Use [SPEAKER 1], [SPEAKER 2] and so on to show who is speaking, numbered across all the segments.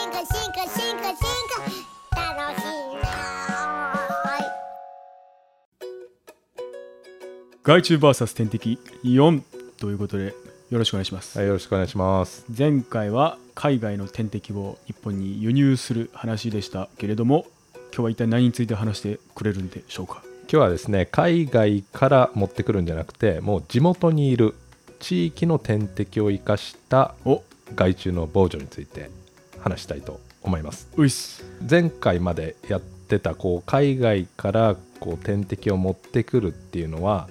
[SPEAKER 1] 化進化進化楽しいなーい
[SPEAKER 2] 害虫 VS 天敵4ということでよろしくお願いします、
[SPEAKER 3] はい、よろしくお願いします。
[SPEAKER 2] 前回は海外の天敵を日本に輸入する話でしたけれども今日は一体何について話してくれるんでしょうか
[SPEAKER 3] 今日はですね、海外から持ってくるんじゃなくて、もう地元にいる地域の天敵を生かした
[SPEAKER 2] お
[SPEAKER 3] 害虫の防除について話したいと思います。
[SPEAKER 2] ういっす
[SPEAKER 3] 前回までやってたこう海外からこう天敵を持ってくるっていうのは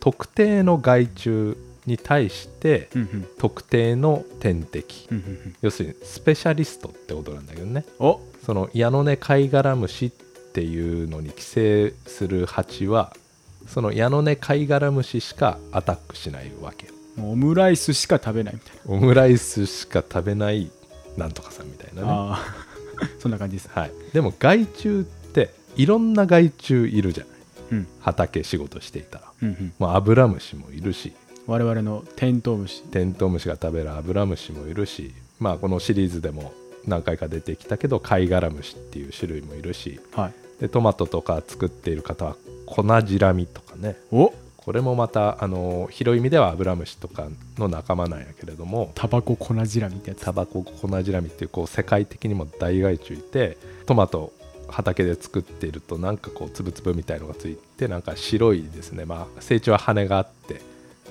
[SPEAKER 3] 特定の害虫に対して
[SPEAKER 2] うんうん
[SPEAKER 3] 特定の天敵
[SPEAKER 2] うんうんうん
[SPEAKER 3] 要するにスペシャリストってことなんだけどね
[SPEAKER 2] お
[SPEAKER 3] その矢の根貝殻虫っていうのに寄生する蜂はその矢の根貝殻虫しかアタックしないわけ
[SPEAKER 2] オムライスしか食べないみたい
[SPEAKER 3] オムライスしか食べないなんとかさんみたいな
[SPEAKER 2] な、
[SPEAKER 3] ね
[SPEAKER 2] あー そんな感じです
[SPEAKER 3] はい、でも害虫っていろんな害虫いるじゃない
[SPEAKER 2] うん
[SPEAKER 3] 畑仕事していたら、
[SPEAKER 2] うんうん
[SPEAKER 3] まあ、アブラムシもいるし
[SPEAKER 2] 我々のテントウムシ
[SPEAKER 3] テントウムシが食べるアブラムシもいるし、まあ、このシリーズでも何回か出てきたけど貝殻虫っていう種類もいるし
[SPEAKER 2] はい
[SPEAKER 3] でトマトとか作っている方は粉じらみとかね
[SPEAKER 2] お
[SPEAKER 3] これもまたあの広い意味ではアブラムシとかの仲間なんやけれども
[SPEAKER 2] タバコ粉じらみってやつ
[SPEAKER 3] タバコ粉じらみっていうこう世界的にも大害虫いてトマト畑で作っているとなんかこうつぶつぶみたいのがついてなんか白いですねまあ成虫は羽があって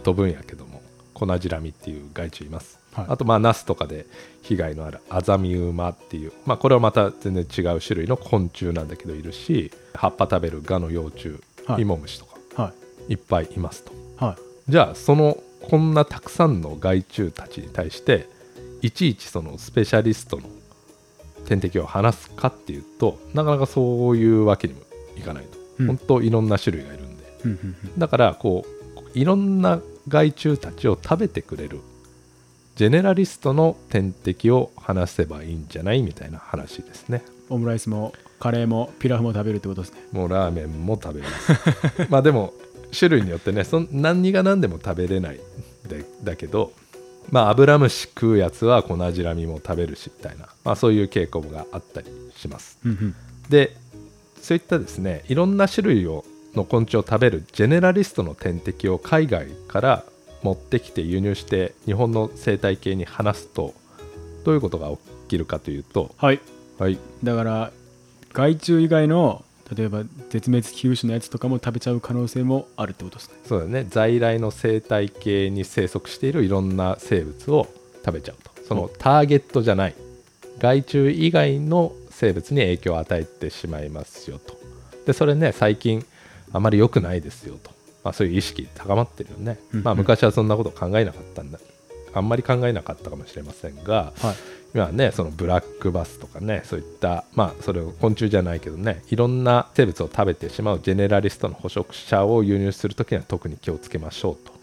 [SPEAKER 3] 飛ぶんやけども粉じらみっていう害虫います、
[SPEAKER 2] はい
[SPEAKER 3] あとまあナスとかで被害のあるアザミウマっていうまあこれはまた全然違う種類の昆虫なんだけどいるし葉っぱ食べるガの幼虫、
[SPEAKER 2] はい
[SPEAKER 3] イモムシとか
[SPEAKER 2] はい
[SPEAKER 3] っぱいいますと
[SPEAKER 2] いはい
[SPEAKER 3] じゃあそのこんなたくさんの害虫たちに対していちいちそのスペシャリストの天敵を話すかっていうとなかなかそういうわけにもいかないと、
[SPEAKER 2] うん
[SPEAKER 3] 本当いろんな種類がいるんで
[SPEAKER 2] うんうんうん
[SPEAKER 3] だからこういろんな害虫たちを食べてくれるジェネラリストの天敵を話せばいいんじゃないみたいな話ですね
[SPEAKER 2] オムライスもカレーもピラフも食べるってことですね
[SPEAKER 3] もうラーメンも食べますまあでも種類によってねそん何が何でも食べれないでだけどまあアブラムシ食うやつは粉じらみも食べるしみたいな、まあ、そういう傾向があったりします
[SPEAKER 2] うんうん
[SPEAKER 3] でそういったですねいろんな種類をの昆虫を食べるジェネラリストの天敵を海外から持ってきて輸入して日本の生態系に放すとどういうことが起きるかというと
[SPEAKER 2] はい
[SPEAKER 3] はい
[SPEAKER 2] だから害虫以外の例えば絶滅危惧種のやつとかも食べちゃう可能性もあるってことですね
[SPEAKER 3] そうだね在来の生態系に生息しているいろんな生物を食べちゃうとそのターゲットじゃない害虫以外の生物に影響を与えてしまいますよとでそれね最近あまり良くないですよと、まあ、そういう意識高まってるよね、
[SPEAKER 2] うん
[SPEAKER 3] まあ、
[SPEAKER 2] うん
[SPEAKER 3] 昔はそんなこと考えなかったんだあんまり考えなかったかもしれませんが、
[SPEAKER 2] はい
[SPEAKER 3] 今はねそのブラックバスとかねそういったまあそれを昆虫じゃないけどねいろんな生物を食べてしまうジェネラリストの捕食者を輸入する時には特に気をつけましょうと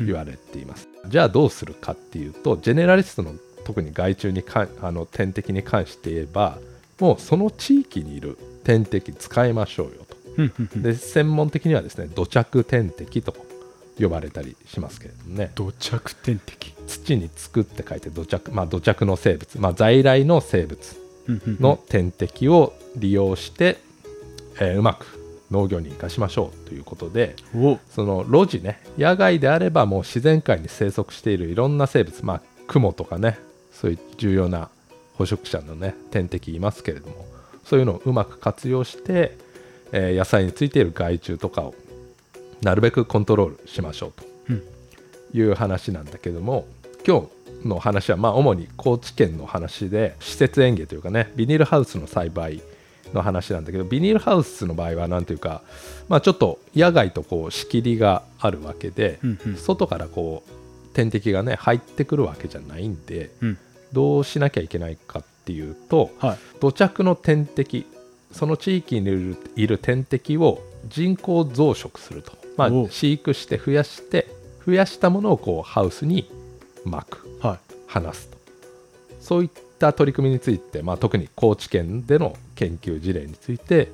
[SPEAKER 2] うん
[SPEAKER 3] 言われています、じゃあどうするかっていうとジェネラリストの特に害虫にかんあの天敵に関して言えばもうその地域にいる天敵使いましょうよと
[SPEAKER 2] うんうんうん
[SPEAKER 3] で専門的にはですね土着天敵と呼ばれたりしますけれどもね
[SPEAKER 2] 土着天敵
[SPEAKER 3] 土につくって書いて土着まあ土着の生物まあ在来の生物の天敵を利用して、えーうまく農業に生かしましょうということで
[SPEAKER 2] を
[SPEAKER 3] その路地ね野外であればもう自然界に生息しているいろんな生物まあクモとかねそういう重要な捕食者のね天敵いますけれどもそういうのをうまく活用して、えー野菜についている害虫とかをなるべくコントロールしましょうと
[SPEAKER 2] うん
[SPEAKER 3] いう話なんだけども今日の話はまあ主に高知県の話で施設園芸というかねビニールハウスの栽培の話なんだけどビニールハウスの場合は何ていうか、まあ、ちょっと野外とこう仕切りがあるわけで、
[SPEAKER 2] うんうん
[SPEAKER 3] 外からこう天敵がね入ってくるわけじゃないんで
[SPEAKER 2] うん
[SPEAKER 3] どうしなきゃいけないかっていうと
[SPEAKER 2] はい
[SPEAKER 3] 土着の天敵その地域にいるいる天敵を人工増殖すると、まあ
[SPEAKER 2] お、う
[SPEAKER 3] 飼育して増やして増やしたものをこうハウスにまく
[SPEAKER 2] は
[SPEAKER 3] 話すとそういった取り組みについて、まあ、特に高知県での研究事例について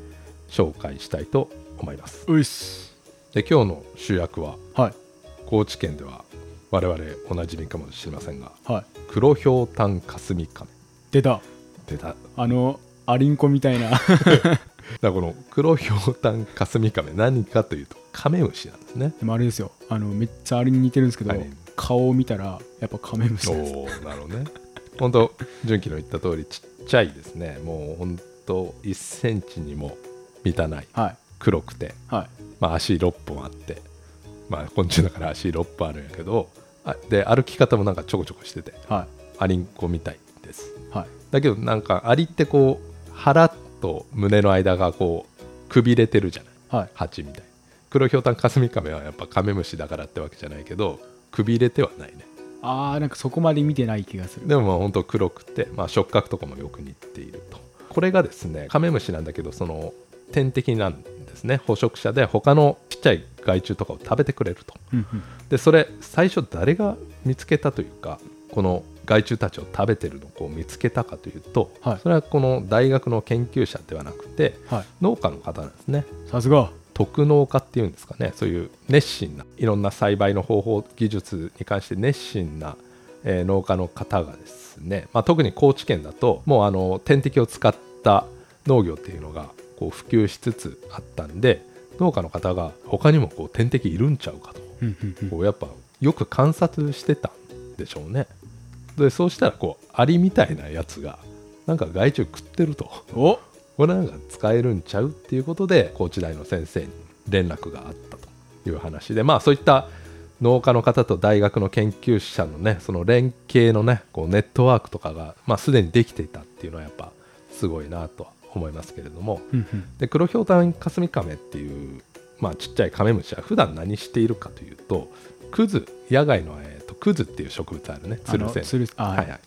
[SPEAKER 3] 紹介したいと思います
[SPEAKER 2] い。ういっす
[SPEAKER 3] で今日の主役は
[SPEAKER 2] はい
[SPEAKER 3] 高知県では我々おなじみかもしれませんが
[SPEAKER 2] はい
[SPEAKER 3] 黒ひょうたんかすみかめ
[SPEAKER 2] 出た
[SPEAKER 3] 出た
[SPEAKER 2] あのアリンコみたいな
[SPEAKER 3] だからこの黒ひょうたんかすみカメ何かというとカメムシなんですね
[SPEAKER 2] でもあれですよあのめっちゃアリに似てるんですけど
[SPEAKER 3] アリ
[SPEAKER 2] 顔を見たらやっぱカメムシなんです
[SPEAKER 3] おおなるほどね 本当純喜の言った通りちっちゃいですねもう本当1センチにも満たない
[SPEAKER 2] はい
[SPEAKER 3] 黒くて、
[SPEAKER 2] はい
[SPEAKER 3] まあ、足6本あってまあ昆虫だから足6本あるんやけどあで歩き方もなんかちょこちょこしてて
[SPEAKER 2] は
[SPEAKER 3] アリンコみたいです
[SPEAKER 2] いはい
[SPEAKER 3] だけどなんかアリってこう腹と胸の間がこうくびれてるじゃない
[SPEAKER 2] はい
[SPEAKER 3] 蜂みたい黒ひょうたんカスミカメはやっぱカメムシだからってわけじゃないけどくびれてはないね
[SPEAKER 2] あーなんかそこまで見てない気がする
[SPEAKER 3] でもまあ本当黒くて、まあ、触覚とかもよく似ているとこれがですねカメムシなんだけどその天敵なんですね捕食者で他のちっちゃい害虫とかを食べてくれると
[SPEAKER 2] うんうん
[SPEAKER 3] でそれ最初誰が見つけたというかこの害虫たちを食べてるのをこう見つけたかというと、
[SPEAKER 2] はい
[SPEAKER 3] それはこの大学の研究者ではなくて
[SPEAKER 2] は
[SPEAKER 3] 農家の方なんですね
[SPEAKER 2] いさすが
[SPEAKER 3] 特農家っていうんですかねそういう熱心ないろんな栽培の方法技術に関して熱心な、えー農家の方がですね、まあ、特に高知県だともうあの天敵を使った農業っていうのがこう普及しつつあったんで農家の方が他にもこう天敵いるんちゃうかと
[SPEAKER 2] うんうんうん
[SPEAKER 3] こうやっぱよく観察してたんでしょうねでそうしたらこうアリみたいなやつがなんか害虫食ってると。
[SPEAKER 2] お
[SPEAKER 3] これなんか使えるんちゃうっていうことで高知大の先生に連絡があったという話でまあそういった農家の方と大学の研究者のねその連携のねこうネットワークとかが、まあ、すでにできていたっていうのはやっぱすごいなとは思いますけれども
[SPEAKER 2] うんうん
[SPEAKER 3] で黒ひょうたんカスミカメっていう、まあ、ちっちゃいカメムシは普段何しているかというとクズ野外の、えーとクズっていう植物あるね
[SPEAKER 2] あ
[SPEAKER 3] つる
[SPEAKER 2] の
[SPEAKER 3] せん
[SPEAKER 2] つるあ
[SPEAKER 3] は
[SPEAKER 2] はいい
[SPEAKER 3] はい、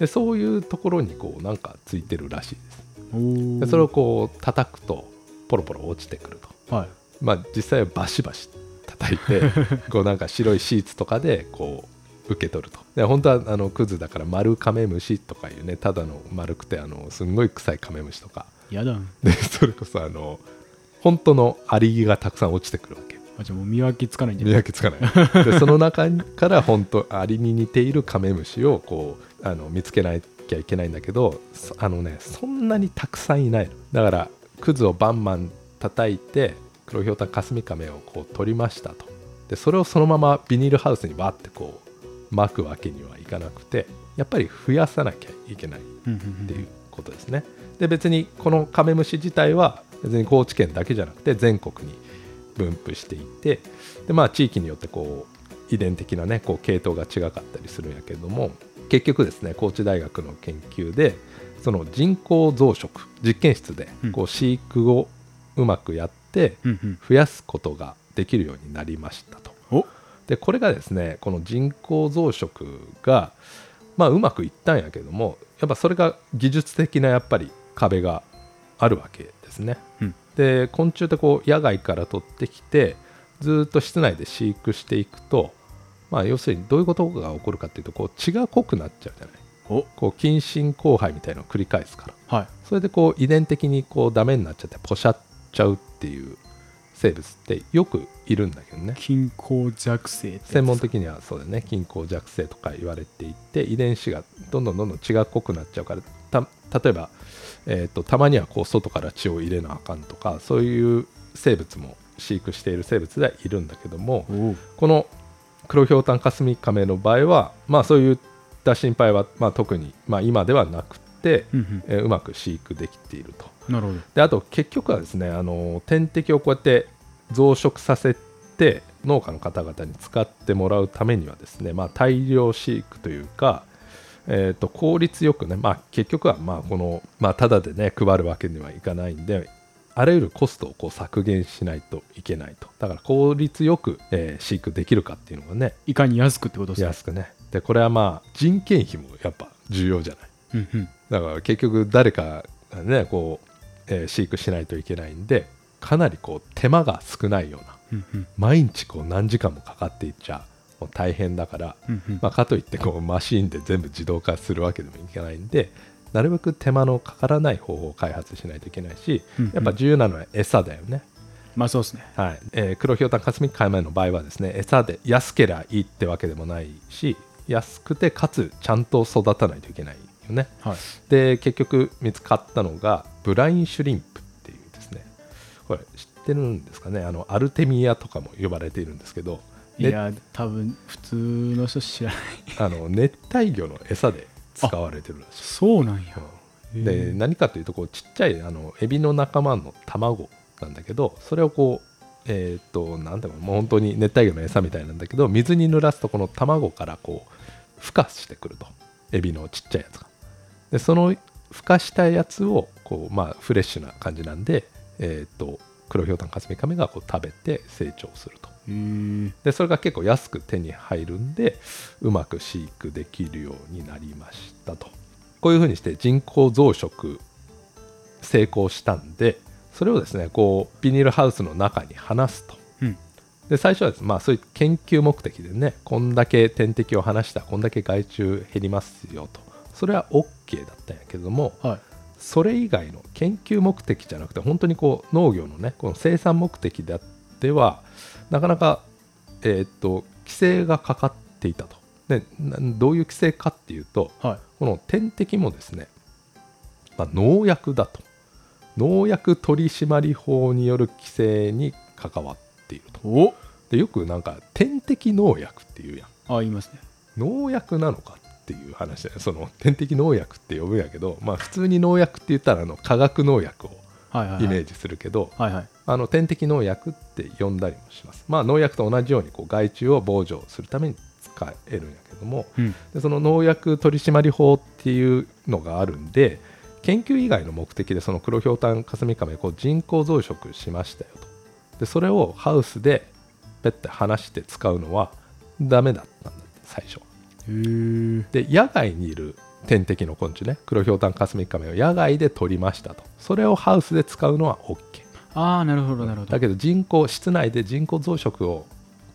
[SPEAKER 3] でそういうところにこうなんかついてるらしいです
[SPEAKER 2] おー
[SPEAKER 3] でそれをこう叩くとポロポロ落ちてくると
[SPEAKER 2] はい
[SPEAKER 3] まあ実際はバシバシ叩いてこうなんか白いシーツとかでこう受け取るとで本当はあのクズだから丸カメムシとかいうねただの丸くてあのすんごい臭いカメムシとか
[SPEAKER 2] やだ
[SPEAKER 3] でそれこそあの本当のアリがたくさん落ちてくるわけ
[SPEAKER 2] あじゃあもう見分けつかないんじゃ
[SPEAKER 3] 見
[SPEAKER 2] ない
[SPEAKER 3] 分けつかないでその中から本当アリに似ているカメムシをこうあの見つけなきゃいけないんだけどそあのねそんなにたくさんいないのだからクズをバンバン叩いて黒ひょうたんカスミカメをこう取りましたとでそれをそのままビニールハウスにバッてこう巻くわけにはいかなくてやっぱり増やさなきゃいけない
[SPEAKER 2] うんうんうん
[SPEAKER 3] っていうことですね。で別にこのカメムシ自体は別に高知県だけじゃなくて全国に分布していてで、まあ、地域によってこう遺伝的な、ね、こう系統が違かったりするんやけども結局ですね高知大学の研究でその人工増殖実験室で
[SPEAKER 2] うん
[SPEAKER 3] こう飼育をうまくやって
[SPEAKER 2] うんうん
[SPEAKER 3] 増やすことができるようになりましたと。
[SPEAKER 2] お
[SPEAKER 3] でこれがですねこの人工増殖がまあうまくいったんやけどもやっぱそれが技術的なやっぱり壁があるわけですね。
[SPEAKER 2] うん
[SPEAKER 3] で昆虫ってこう野外から取ってきてずーっと室内で飼育していくと、まあ、要するにどういうことが起こるかっていうとこう血が濃くなっちゃうじゃない
[SPEAKER 2] お
[SPEAKER 3] こう近親交配みたいなのを繰り返すから
[SPEAKER 2] はい
[SPEAKER 3] それでこう遺伝的にこうダメになっちゃってポシャっちゃうっていう生物ってよくいるんだけどね
[SPEAKER 2] 均衡弱性ってやつ
[SPEAKER 3] 専門的にはそうだね均衡弱性とか言われていて遺伝子がどんどんどんどん血が濃くなっちゃうからた例えば、えー、とたまにはこう外から血を入れなあかんとかそういう生物も飼育している生物ではいるんだけども
[SPEAKER 2] おう
[SPEAKER 3] この黒ひょうたんカスミカメの場合は、まあ、そういった心配は、まあ、特に、まあ、今ではなくて、
[SPEAKER 2] うん
[SPEAKER 3] えーうまく飼育できていると。
[SPEAKER 2] うんなるほど
[SPEAKER 3] であと結局はですねあの天敵をこうやって増殖させて農家の方々に使ってもらうためにはですね、まあ、大量飼育というか、えー、と効率よくね、まあ、結局はまあこの、まあ、ただでね配るわけにはいかないんであらゆるコストをこう削減しないといけないとだから効率よく、えー飼育できるかっていうのがね
[SPEAKER 2] いかに安くってことですね
[SPEAKER 3] 安くねでこれはまあ人件費もやっぱ重要じゃない
[SPEAKER 2] うんうん
[SPEAKER 3] だから結局誰かがねこう、えー飼育しないといけないんでかなりこう手間が少ないような
[SPEAKER 2] うんうん
[SPEAKER 3] 毎日こう何時間もかかっていっちゃもう大変だから、
[SPEAKER 2] うんうん
[SPEAKER 3] まあ、かといってこうマシーンで全部自動化するわけでもいかないんでなるべく手間のかからない方法を開発しないといけないし
[SPEAKER 2] うんうん
[SPEAKER 3] やっぱ重要なのは餌だよね。
[SPEAKER 2] まあそうですね
[SPEAKER 3] はいえー、黒ひょうたんかすみかめの場合はですね餌で安けりゃいいってわけでもないし安くてかつちゃんと育たないといけないよね
[SPEAKER 2] はい
[SPEAKER 3] で結局見つかったのがブラインシュリンプっていうですねこれ知ってるんですかねあのアルテミアとかも呼ばれているんですけど
[SPEAKER 2] い
[SPEAKER 3] ね
[SPEAKER 2] や多分普通の人知らない
[SPEAKER 3] あの熱帯魚の餌で使われてるらしい
[SPEAKER 2] そうなんや
[SPEAKER 3] うんで何かというとこうちっちゃいあのエビの仲間の卵なんだけどそれをこうえーっとなんだろうもう本当に熱帯魚の餌みたいなんだけど水に濡らすとこの卵からこう孵化してくるとエビのちっちゃいやつがでその孵化したやつをこうまあフレッシュな感じなんでえーっと黒ひょうたんカスミカメがこう食べて成長すると
[SPEAKER 2] へー
[SPEAKER 3] でそれが結構安く手に入るんでうまく飼育できるようになりましたとこういうふうにして人工増殖成功したんでそれをですねこうビニールハウスの中に放すと
[SPEAKER 2] うん
[SPEAKER 3] で最初はです、まあ、そういう研究目的でねこんだけ天敵を放したらこんだけ害虫減りますよとそれは OK だったんやけども
[SPEAKER 2] はい
[SPEAKER 3] それ以外の研究目的じゃなくて本当にこう農業のねこの生産目的であってはなかなかえーっと規制がかかっていたとでなどういう規制かっていうと
[SPEAKER 2] はい
[SPEAKER 3] この天敵もですね、まあ、農薬だと農薬取締法による規制に関わっていると
[SPEAKER 2] お
[SPEAKER 3] でよくなんか天敵農薬っていうやん
[SPEAKER 2] あ言いますね
[SPEAKER 3] 農薬なのかっていう話だよその天敵農薬って呼ぶんやけど、まあ、普通に農薬って言ったらあの化学農薬を
[SPEAKER 2] はいはいはい
[SPEAKER 3] イメージするけど、
[SPEAKER 2] はいはい
[SPEAKER 3] あの天敵農薬って呼んだりもします、まあ、農薬と同じようにこう害虫を防除するために使えるんやけども
[SPEAKER 2] うん
[SPEAKER 3] でその農薬取締法っていうのがあるんで研究以外の目的でその黒ひょうたんカスミカメこう人工増殖しましたよとでそれをハウスでペッて離して使うのはダメだったんだって最初
[SPEAKER 2] へー
[SPEAKER 3] で野外にいる天敵の昆虫ね黒ひょうたんカスミカメを野外で取りましたとそれをハウスで使うのは OK
[SPEAKER 2] ああなるほどなるほど
[SPEAKER 3] だけど人工室内で人工増殖を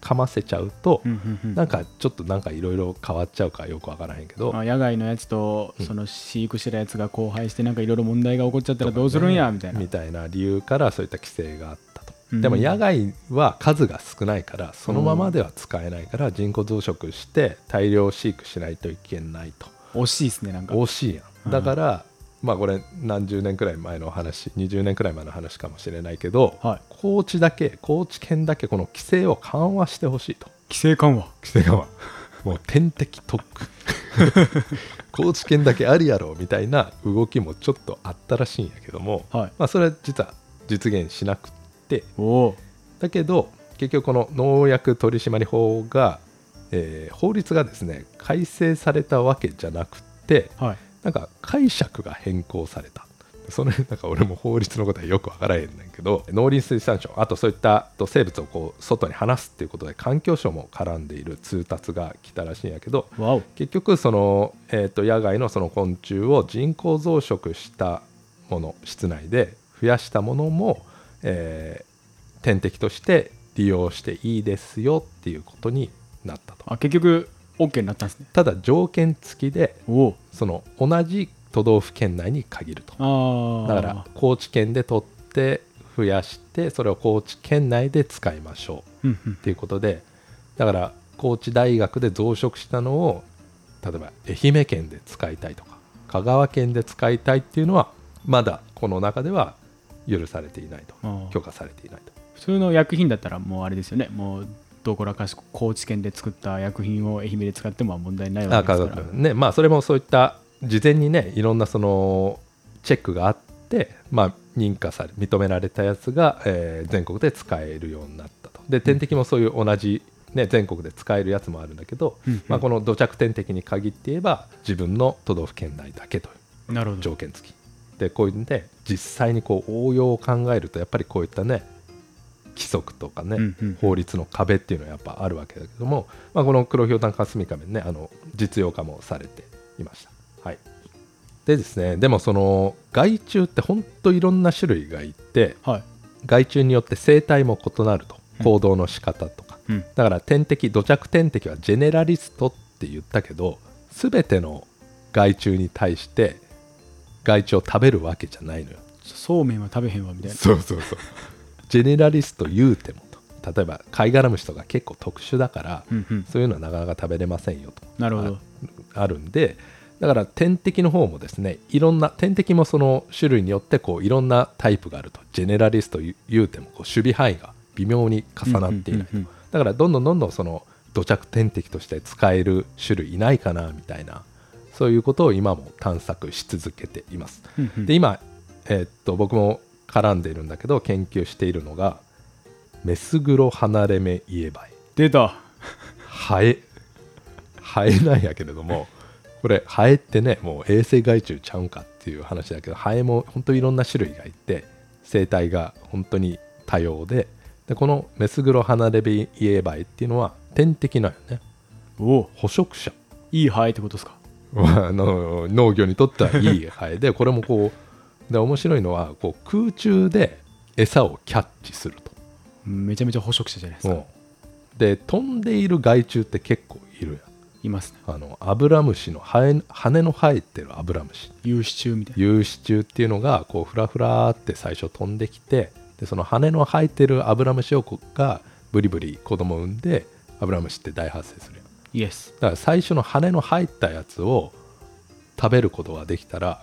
[SPEAKER 3] かませちゃうと、
[SPEAKER 2] うんうんうん
[SPEAKER 3] なんかちょっとなんかいろいろ変わっちゃうかよくわからへんけど、
[SPEAKER 2] まあ野外のやつと
[SPEAKER 3] うん
[SPEAKER 2] その飼育してるやつが交配してなんかいろいろ問題が起こっちゃったらどうするんやみたいな
[SPEAKER 3] みたいな理由からそういった規制があったと、
[SPEAKER 2] うん
[SPEAKER 3] でも野外は数が少ないからそのままでは使えないから人工増殖して大量飼育しないといけないと
[SPEAKER 2] 惜しいですねなんか
[SPEAKER 3] 惜しいや
[SPEAKER 2] うん
[SPEAKER 3] んだから、まあこれ何十年くらい前の話20年くらい前の話かもしれないけど、
[SPEAKER 2] はい
[SPEAKER 3] 高知だけ高知県だけこの規制を緩和してほしいと
[SPEAKER 2] 規制緩和
[SPEAKER 3] 規制緩和もう天敵特区 高知県だけあるやろみたいな動きもちょっとあったらしいんやけども、
[SPEAKER 2] はい
[SPEAKER 3] まあ、それは実は実現しなくって
[SPEAKER 2] おお
[SPEAKER 3] だけど結局この農薬取締法が、えー法律がですね改正されたわけじゃなくて
[SPEAKER 2] はい
[SPEAKER 3] なんか解釈が変更されたその辺なんか俺も法林のことはよくわからへんねんけど農林水産省あとそういったと生物をこう外に放すっていうことで環境省も絡んでいる通達が来たらしいんやけど
[SPEAKER 2] わお
[SPEAKER 3] 結局その、えー、と野外のその昆虫を人工増殖したもの室内で増やしたものも、えー天敵として利用していいですよっていうことになったと
[SPEAKER 2] あ結局 OK になったんですね
[SPEAKER 3] ただ条件付きで
[SPEAKER 2] お
[SPEAKER 3] その同じ都道府県内に限ると
[SPEAKER 2] おああ
[SPEAKER 3] だから高知県で取って増やしてそれを高知県内で使いましょ
[SPEAKER 2] うんうん
[SPEAKER 3] うということでだから高知大学で増殖したのを例えば愛媛県で使いたいとか香川県で使いたいっていうのはまだこの中では許されていないと
[SPEAKER 2] ああ
[SPEAKER 3] 許可されていないと
[SPEAKER 2] 普通の薬品だったらもうあれですよねもうどこらかしこ高知県で作った薬品を愛媛で使っても問題ないわ
[SPEAKER 3] あ
[SPEAKER 2] けで
[SPEAKER 3] 科
[SPEAKER 2] すから
[SPEAKER 3] 学ねまあそれもそういった事前にねいろんなそのチェックがあってまあ認可され認められたやつが、えー全国で使えるようになったとで天敵もそういう同じ、ね、全国で使えるやつもあるんだけど、
[SPEAKER 2] うんうん
[SPEAKER 3] まあ、この土着天敵に限って言えば自分の都道府県内だけという
[SPEAKER 2] なるほど
[SPEAKER 3] 条件付きでこういうんで実際にこう応用を考えるとやっぱりこういったね規則とかね、
[SPEAKER 2] うんうん
[SPEAKER 3] 法律の壁っていうのはやっぱあるわけだけども、まあ、この黒ひょうたんかすみかめねあの実用化もされていました。はい、でですねでもその害虫ってほんといろんな種類がいて
[SPEAKER 2] はい
[SPEAKER 3] 害虫によって生態も異なると
[SPEAKER 2] うん
[SPEAKER 3] 行動の仕方とか、
[SPEAKER 2] うん
[SPEAKER 3] だから天敵土着天敵はジェネラリストって言ったけど全ての害虫に対して害虫を食べるわけじゃないのよ
[SPEAKER 2] そうめんは食べへんわみたいな
[SPEAKER 3] そうそうそうジェネラリスト言うてもと例えば貝殻虫とか結構特殊だから、
[SPEAKER 2] うんうん
[SPEAKER 3] そういうのはなかなか食べれませんよと
[SPEAKER 2] なるほど
[SPEAKER 3] ああるんでだから天敵の方もですねいろんな天敵もその種類によってこういろんなタイプがあるとジェネラリストいういうてもこう守備範囲が微妙に重なっていないと
[SPEAKER 2] うんうんうんうん
[SPEAKER 3] だからどんどんどんどんその土着天敵として使える種類いないかなみたいなそういうことを今も探索し続けています。
[SPEAKER 2] うんうん
[SPEAKER 3] で今、えーっと僕も絡んでいるんだけど研究しているのがメスグロ離れ目イエバイ
[SPEAKER 2] 出た
[SPEAKER 3] ハエハエなんやけれどもこれハエってねもう衛星害虫ちゃうんかっていう話だけどハエも本当いろんな種類がいて生態が本当に多様ででこのメスグロ離れ目イエバイっていうのは天敵なんよね
[SPEAKER 2] おお
[SPEAKER 3] 捕食者
[SPEAKER 2] いいハエってことですか
[SPEAKER 3] まああの農業にとってはいいハエでこれもこうで面白いのはこう空中で餌をキャッチする
[SPEAKER 2] めちゃめちゃ捕食者じゃないです
[SPEAKER 3] と、
[SPEAKER 2] か
[SPEAKER 3] で飛んでいる害虫って結構いる
[SPEAKER 2] いますね
[SPEAKER 3] やんあのアブラムシのハエ羽の生えてるアブラムシ
[SPEAKER 2] 有志中みたいな
[SPEAKER 3] 有刺虫っていうのがこうフラフラーって最初飛んできてでその羽の生えてるアブラムシをこがブリブリ子供を産んでアブラムシって大発生するやん
[SPEAKER 2] イエス
[SPEAKER 3] だから最初の羽の入ったやつを食べることができたら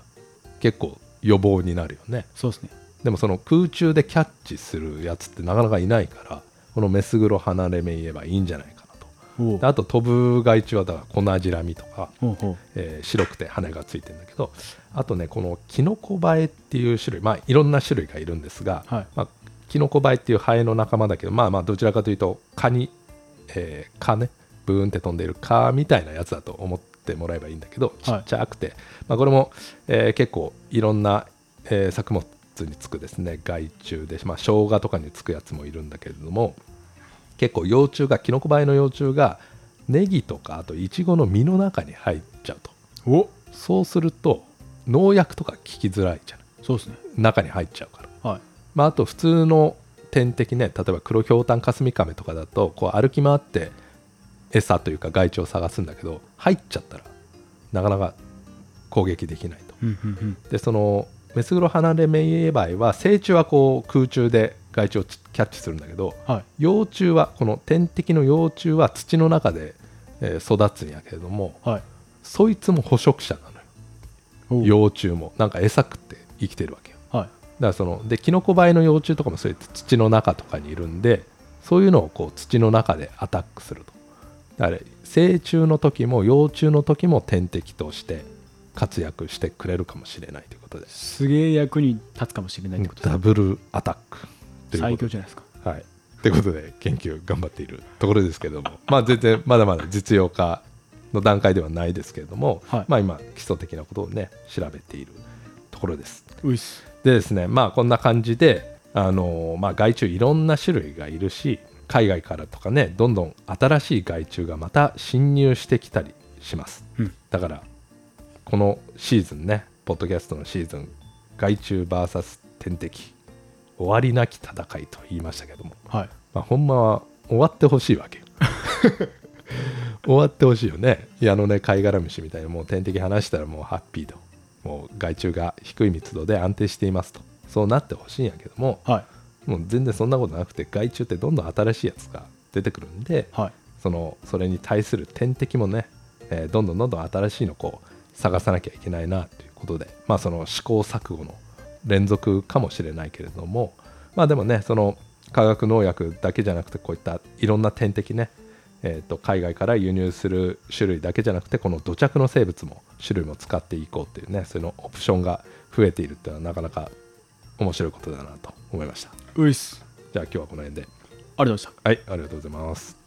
[SPEAKER 3] 結構予防になるよね
[SPEAKER 2] そうですね
[SPEAKER 3] でもその空中でキャッチするやつってなかなかいないからこのメスグロ離れ目言えばいいんじゃないかなと
[SPEAKER 2] おお
[SPEAKER 3] であと飛ぶ害虫はだから粉じらみとか、
[SPEAKER 2] ほうほう
[SPEAKER 3] えー白くて羽がついてるんだけどあとねこのキノコバエっていう種類まあいろんな種類がいるんですが、
[SPEAKER 2] はい
[SPEAKER 3] まあ、キノコバエっていうハエの仲間だけどまあまあどちらかというと蚊に、えー蚊ねブーンって飛んでいる蚊みたいなやつだと思ってもらえばいいんだけどちっちゃくて、まあ、これも、えー結構いろんな、えー作物につくですね害虫で、まあ、生姜とかにつくやつもいるんだけれども結構幼虫がキノコバエの幼虫がネギとかあとイチゴの実の中に入っちゃうと
[SPEAKER 2] お
[SPEAKER 3] そうすると農薬とか効きづらいじゃない
[SPEAKER 2] そうですね
[SPEAKER 3] 中に入っちゃうから。
[SPEAKER 2] はい
[SPEAKER 3] まあ、あと普通の天敵ね例えば黒ひょうたんカスミカメとかだとこう歩き回って餌というか害虫を探すんだけど入っちゃったらなかなか攻撃できないと
[SPEAKER 2] うんうんうん
[SPEAKER 3] でそのメスグロハナレメイエバイは成虫はこう空中で害虫をキャッチするんだけど
[SPEAKER 2] はい
[SPEAKER 3] 幼虫はこの天敵の幼虫は土の中でえー育つんやけれども
[SPEAKER 2] はい
[SPEAKER 3] そいつも捕食者なの
[SPEAKER 2] お
[SPEAKER 3] よ
[SPEAKER 2] う
[SPEAKER 3] 幼虫もなんか餌食って生きてるわけよ
[SPEAKER 2] はい
[SPEAKER 3] だからそのでキノコバエの幼虫とかもそういう土の中とかにいるんでそういうのをこう土の中でアタックするとだから成虫の時も幼虫の時も天敵として活躍してくれるかもしれないということです
[SPEAKER 2] げえ役に立つかもしれないってことです
[SPEAKER 3] ダ
[SPEAKER 2] ね
[SPEAKER 3] ブルアタックという
[SPEAKER 2] 最
[SPEAKER 3] こ
[SPEAKER 2] 強
[SPEAKER 3] と
[SPEAKER 2] じゃないですか
[SPEAKER 3] ではいということで研究頑張っているところですけども まあ全然まだまだ実用化の段階ではないですけれども、
[SPEAKER 2] はい
[SPEAKER 3] まあ今基礎的なことをね調べているところです
[SPEAKER 2] ういっす
[SPEAKER 3] でですねまあこんな感じで、あのまあ、害虫いろんな種類がいるし海外からとかねどんどん新しい害虫がまた侵入してきたりします
[SPEAKER 2] うん
[SPEAKER 3] だからこのシーズンねポッドキャストのシーズン害虫 VS 天敵終わりなき戦いと言いましたけども、
[SPEAKER 2] はい
[SPEAKER 3] まあ、ほんまは終わってほしいわけよ 終わってほしいよね矢のね貝殻虫みたいにもう天敵離したらもうハッピーともう害虫が低い密度で安定していますとそうなってほしいんやけども
[SPEAKER 2] はい
[SPEAKER 3] もう全然そんなことなくて害虫ってどんどん新しいやつが出てくるんで、
[SPEAKER 2] はい
[SPEAKER 3] そのそれに対する天敵もね、えーどんどんどんどん新しいのこう探さなきゃいけないなということでまあその試行錯誤の連続かもしれないけれどもまあでもねその化学農薬だけじゃなくてこういったいろんな天敵ね、えー、と海外から輸入する種類だけじゃなくてこの土着の生物も種類も使っていこうっていうねそのオプションが増えているっていうのはなかなか面白いことだなと思いました
[SPEAKER 2] ういっす
[SPEAKER 3] じゃあ今日はこの辺で
[SPEAKER 2] ありがとうございました
[SPEAKER 3] はいありがとうございます